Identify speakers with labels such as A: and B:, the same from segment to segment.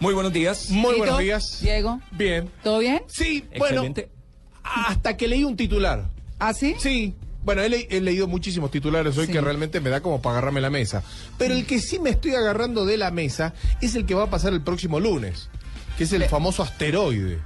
A: Muy buenos días.
B: Muy
C: Tito,
B: buenos días.
C: Diego.
B: Bien.
C: ¿Todo bien?
B: Sí,
A: Excelente.
B: bueno, hasta que leí un titular.
C: ¿Ah, sí?
B: Sí. Bueno, he, le- he leído muchísimos titulares hoy
C: Sí.
B: que realmente me da como para agarrarme la mesa. Pero el que sí me estoy agarrando de la mesa es el que va a pasar el próximo lunes, que es el famoso asteroide.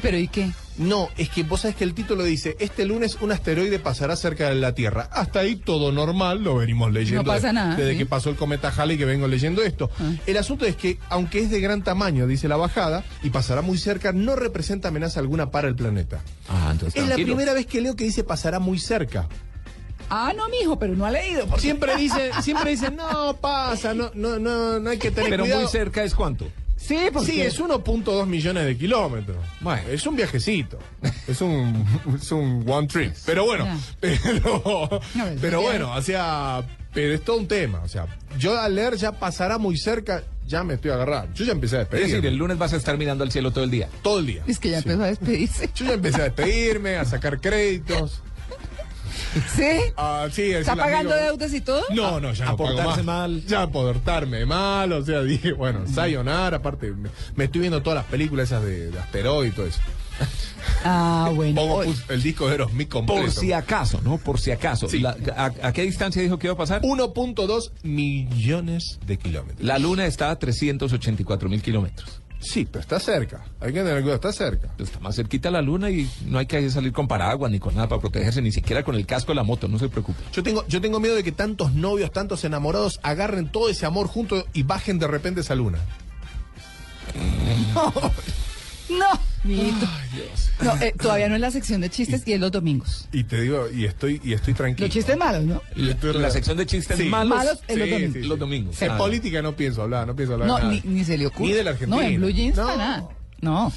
C: ¿Pero y qué?
B: No, es que vos sabés que el título dice, este lunes un asteroide pasará cerca de la Tierra. Hasta ahí todo normal, lo venimos leyendo.
C: No pasa
B: de-
C: nada,
B: Desde
C: ¿sí?
B: que pasó el cometa Halley que vengo leyendo esto.
C: Ah.
B: El asunto es que, aunque es de gran tamaño, dice la bajada, y pasará muy cerca, no representa amenaza alguna para el planeta.
A: Ah, entonces.
B: Es la
A: tranquilo.
B: primera vez que leo que dice pasará muy cerca.
C: Ah, no, mijo, pero no ha leído. porque-
B: Siempre dice, siempre dice, no pasa, no, no, no, no hay que tener
A: Pero
B: cuidado.
A: muy cerca es cuánto.
C: Sí, porque...
B: Sí, es 1.2 millones de kilómetros.
A: Bueno.
B: Es un viajecito. Es un, es un one trip. Pero bueno,
C: Ya.
B: pero,
C: No, es
B: pero
C: un
B: bueno, o sea, pero es todo un tema. O sea, yo al leer ya pasará muy cerca, ya me estoy agarrando. Yo ya empecé a
A: Es
B: despedirme.
A: decir, el lunes vas a estar mirando al cielo todo el día.
B: Todo el día.
C: Es que ya
B: Sí.
C: empezó a despedirse.
B: Yo ya empecé a despedirme, a sacar créditos.
C: ¿Sí?
B: a- sí, es
C: ¿Está
B: el
C: pagando
B: amigo-
C: deudas y todo?
B: No, no, ya
A: a
B: no pago
A: portarse
B: más.
A: mal.
B: Ya portarme mal, o sea, dije, bueno, sayonara, aparte, me, me estoy viendo todas las películas esas de, de asteroide y todo eso.
C: Ah, bueno.
B: Pongo
C: Hoy-
B: pus- el disco de Aerosmith completo.
A: Por si acaso, ¿no? Por si acaso.
B: Sí.
A: La- a, a qué distancia dijo que iba a pasar?
B: 1.2 millones de kilómetros.
A: La luna está a 384 mil kilómetros.
B: Sí, pero está cerca. Hay que tener cuidado, está cerca.
A: Está más cerquita la luna y no hay que salir con paraguas ni con nada para protegerse, ni siquiera con el casco de la moto, no se preocupe.
B: Yo tengo, yo tengo miedo de que tantos novios, tantos enamorados agarren todo ese amor junto y bajen de repente esa luna.
C: No, mijito. No, eh, todavía no es la sección de chistes y es los domingos.
B: Y te digo, y estoy, y estoy tranquilo.
C: Los chistes malos, ¿no?
B: Y
A: La,
B: estoy
A: la
B: relajado.
A: sección de chistes
B: Sí.
A: malos.
C: Malos en los domingos.
A: Los domingos.
B: En
A: Ah.
B: política no pienso hablar, no pienso hablar.
C: No,
B: nada.
C: ni, ni se le ocurre.
B: Ni de la Argentina.
C: No, en Blue Jeans,
B: No.
C: para nada. No.